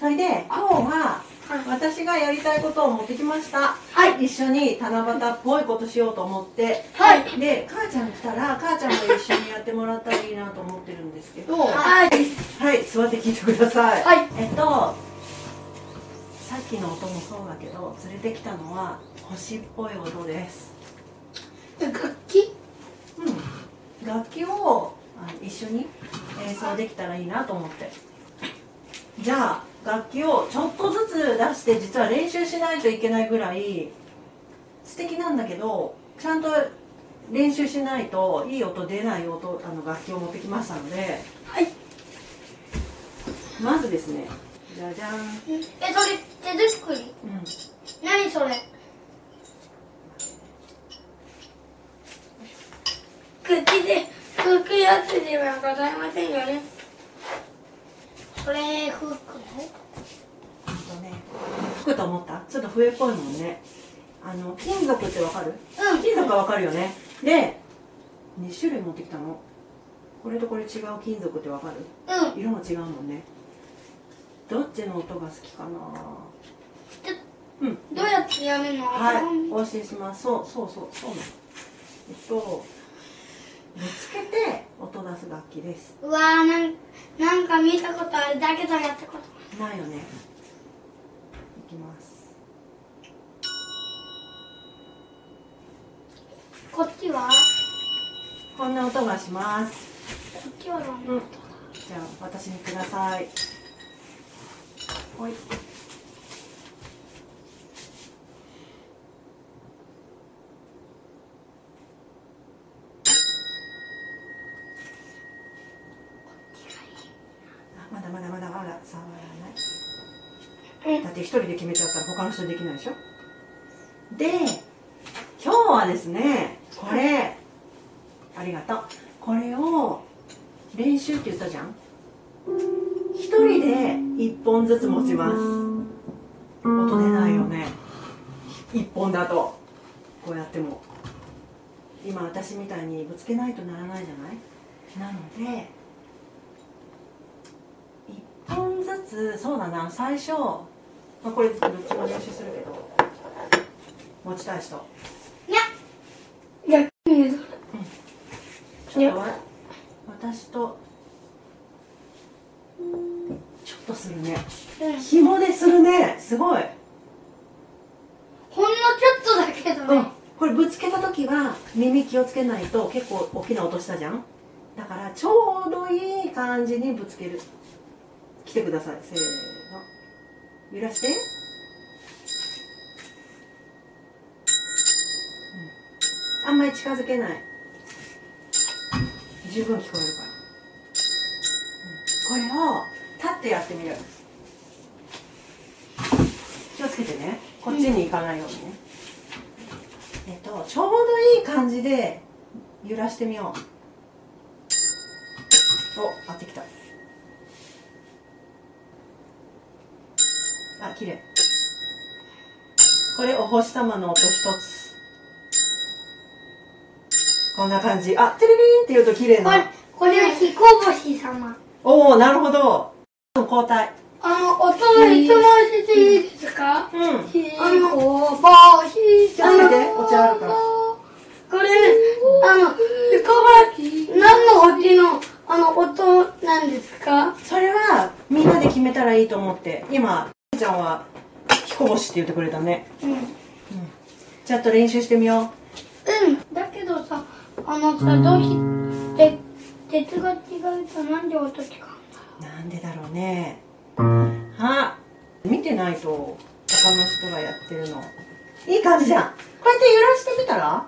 それで今日は私がやりたいことを持ってきました、はい一緒に七夕っぽいことしようと思ってはいで母ちゃん来たら母ちゃんも一緒にやってもらったらいいなと思ってるんですけどははいい座って聞いてください、はいえっとさっきの音もそうだけど連れてきたのは星っぽい音です楽器うん、楽器をあ一緒に演奏できたらいいなと思ってじゃあ楽器をちょっとずつ出して実は練習しないといけないぐらい素敵なんだけどちゃんと練習しないといい音出ない音あの楽器を持ってきましたのではいまずですねじゃじゃん、うん、えそれ手作り何それ口で吹くやつではございませんよねこれ吹くのあとね吹くと思ったちょっと笛っぽいもんねあの金属ってわかるうん金属はわかるよねで2種類持ってきたのこれとこれ違う金属ってわかるうん色も違うもんねどっちの音が好きかなちょうんどうやってやるのはいお教えしますそうそうそうそうなのえっとぶつけて音出す楽器ですうわーなんなんか見たことあるだけどやったことないよねいきますこっちはこんな音がしますこっちは何うんじゃあ私にくださいほいあまだまだまだまだ触らないだって一人で決めちゃったら他の人できないでしょで今日はですねこれありがとうこれを練習って言ったじゃん一人で一本ずつ持ちます音出ないよね一本だとこうやっても今私みたいにぶつけないとならないじゃないなので一本ずつそうだな最初、まあ、これどっちも練習するけど持ちたい人いや見るちょっとわ私とちょっとするねうん紐でするねすごい、ほんのちょっとだけどうんね、これぶつけた時は耳気をつけないと結構大きな音したじゃんだからちょうどいい感じにぶつける来てくださいせーの揺らして、うん、あんまり近づけない十分聞こえるから、うんこれを立ってやってみる気をつけてねこっちに行かないようにね、えっと、ちょうどいい感じで揺らしてみようお合ってきたあ綺麗これお星様の音一つこんな感じあテレビンって言うと綺麗こなれこれは飛行星様おおなるほど交代あの音をいつもしてていいですかうん飛行星気をつけてお茶あるからこれねあの飛行星何の星のあの音なんですかそれはみんなで決めたらいいと思って今ちゃんは彦星って言ってくれたねうんちょっと練習してみよううんだけどさあのさどうして鉄が違うとなんで音違うんだなんでだろうねあ見てないと他の人がやってるのいい感じじゃんこうやって揺らしてみたら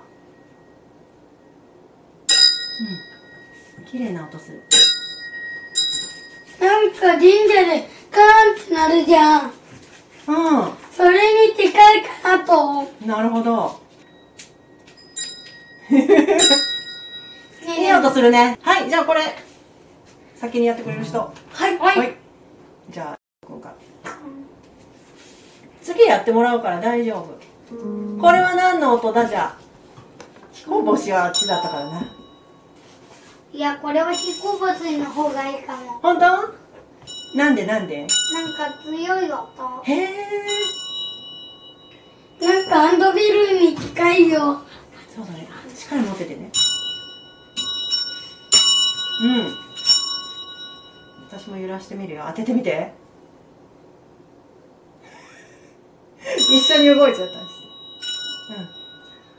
うん綺麗な音するなんか神社でカーンってなるじゃんうそれに近いかなとんなるほど いいね音するねはいじゃあこれ先にやってくれる人はいはい、はい。じゃあ、こうか。次やってもらうから大丈夫。これは何の音だじゃあ。飛行星はあっちだったからな。いやこれは飛行物の方がいいかも本当なんでなんでなんか強い音。へえなんかハンドビルに近いよ。そうだねしっかり持っててねうん私も揺らしてみるよ当ててみ て一緒に動いちゃったりし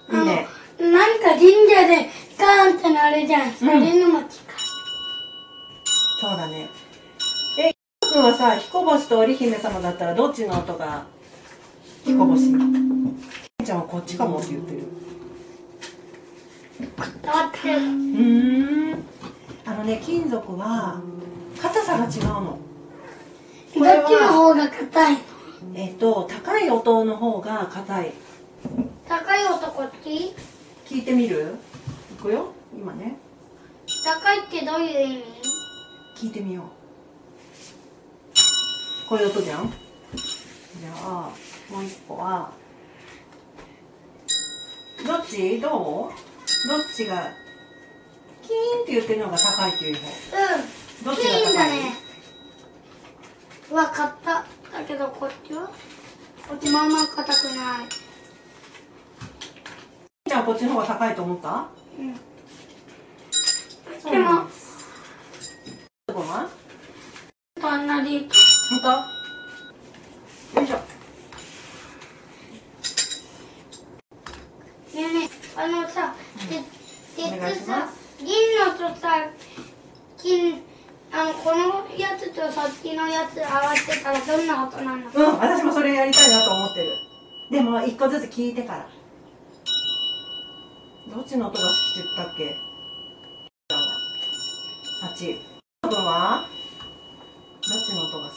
てうんいいねあのなんか神社でガーンってなるじゃん。それの町か。そうだねえっ君はさ彦星と織姫様だったらどっちの音が彦星けんちゃんはこっちかもって言ってる伝わってる。うーんあのね金属は硬さが違うのどっちの方が硬いのえっと高い音の方が硬い高い音こっち聞いてみるいくよ今ね高いってどういう意味聞いてみようこういう音じゃんじゃあもう一個はどっちどうどっちがキーンって言ってるのが高いっていう方うどん。っキちがーンだ高いね。うわ、硬だけどこっちはこっちまあまあ硬くない。じゃあこっちの方が高いと思ったうん。そうでも、なんですどこがあんなに本当よいしょねえねえあのさ、おて願いし鉄まさ銀のとさ金あのこのやつとそっちのやつ合わせたらどんな音なのうん私もそれやりたいなと思ってるでも一個ずつ聞いてからどっちの音が好きって言ったっけあっち多分はどっちの音が好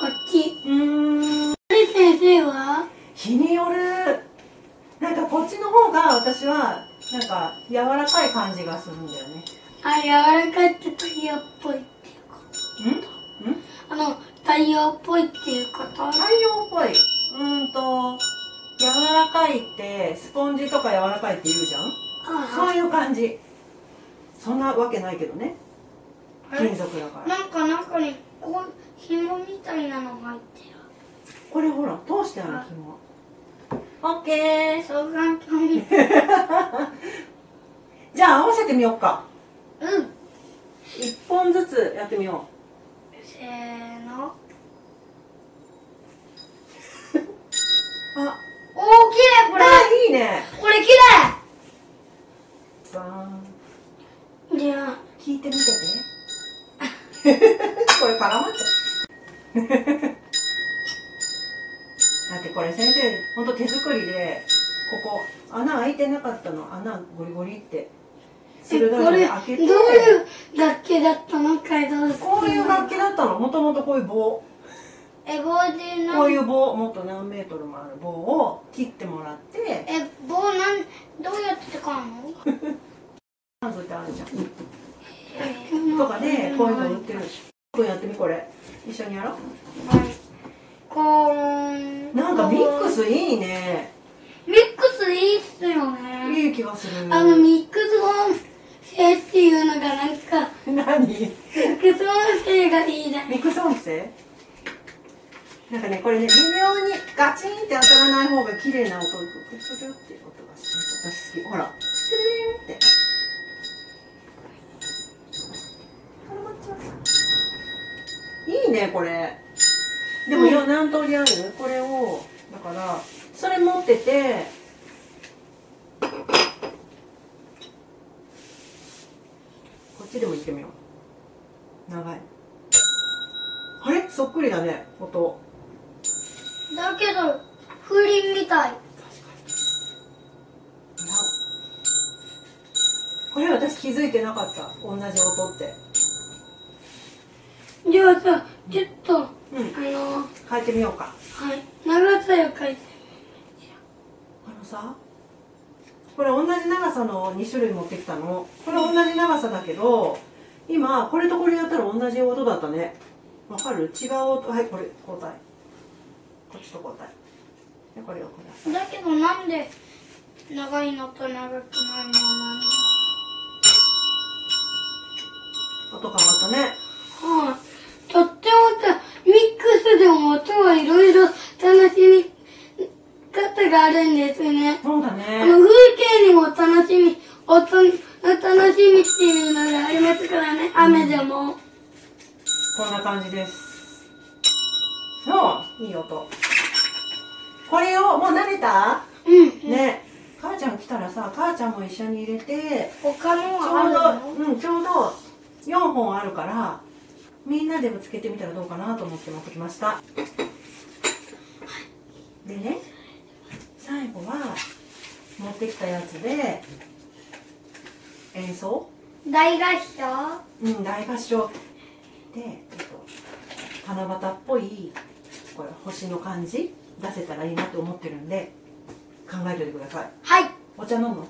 こっちきうーん先生は日によるなんかこっちの方が私はなんか柔らかい感じがするんだよねあ柔らかいって太陽っぽいっていうこんんとあの太陽っぽいっていうこと太陽っぽいうーんと柔らかいってスポンジとか柔らかいって言うじゃんそういう感じそんなわけないけどね金属だからなんか中にこう紐みたいなのが入ってるこれほら通してある紐オッケー双眼鏡みたいじゃあ合わせてみようかうん1本ずつやってみよせーのうあおおきれいここれれいいねこれきれさあいじゃあ聞いてみてね これ絡ま ってだってこれ先生ほんと手作りでここ穴開いてなかったの穴ゴリゴリってえ鋭いので開けてどういう楽器だったのカイドウこういう楽器だったのもともとこういう棒え棒でなこういう棒もっと何メートルもある棒を切ってもらってえ棒なんどうやって使うのハンズってあるじゃんえ とかでこういうの売ってるこうやってみこれ一緒にやろはいこーうなんかミックスいいねミックスいいっすよねいい気がするあのミックス音声っていうのがなんか何ミックス音声がいいだねミックス音声なんかねこれね微妙にガチンって当たらない方が綺麗な音がプルプルっていう音がする私好きほらプルリンって絡まっちゃういいねこれでも、よ何通りあるこれをだからそれ持っててこっちでも行ってみよう長いあれそっくりだね音だけど風鈴みたいこれ私気づいてなかった同じ音ってじゃあさちょっとあうんの変えてみようかはい長さを書いてあのさこれ同じ長さの2種類持ってきたのこれ同じ長さだけど今これとこれやったら同じ音だったねわかる違う音はいこれ交代こっちと交代でこれをこれだけどなんで長いのと長くないのなんだ音変わったね。はい、とってもたミックスでも音はいろいろ楽しみ方があるんですね。そうだあのね。風景にも楽しみ、音の楽しみっていうのがありますからね、雨でも。こんな感じです。そう、いい音。これを、もう慣れたうん。ね。母ちゃん来たらさ、母ちゃんも一緒に入れて、他のちはょうあるのど、うん、ちょうど4本あるから、みんなでぶつけてみたらどうかなと思って持ってきました。でね、最後は、持ってきたやつで、演奏大合唱うん、大合唱で、ちょっと、七夕っぽい、これ、星の感じ出せたらいいなと思ってるんで、考えておいてください。はい。お茶飲む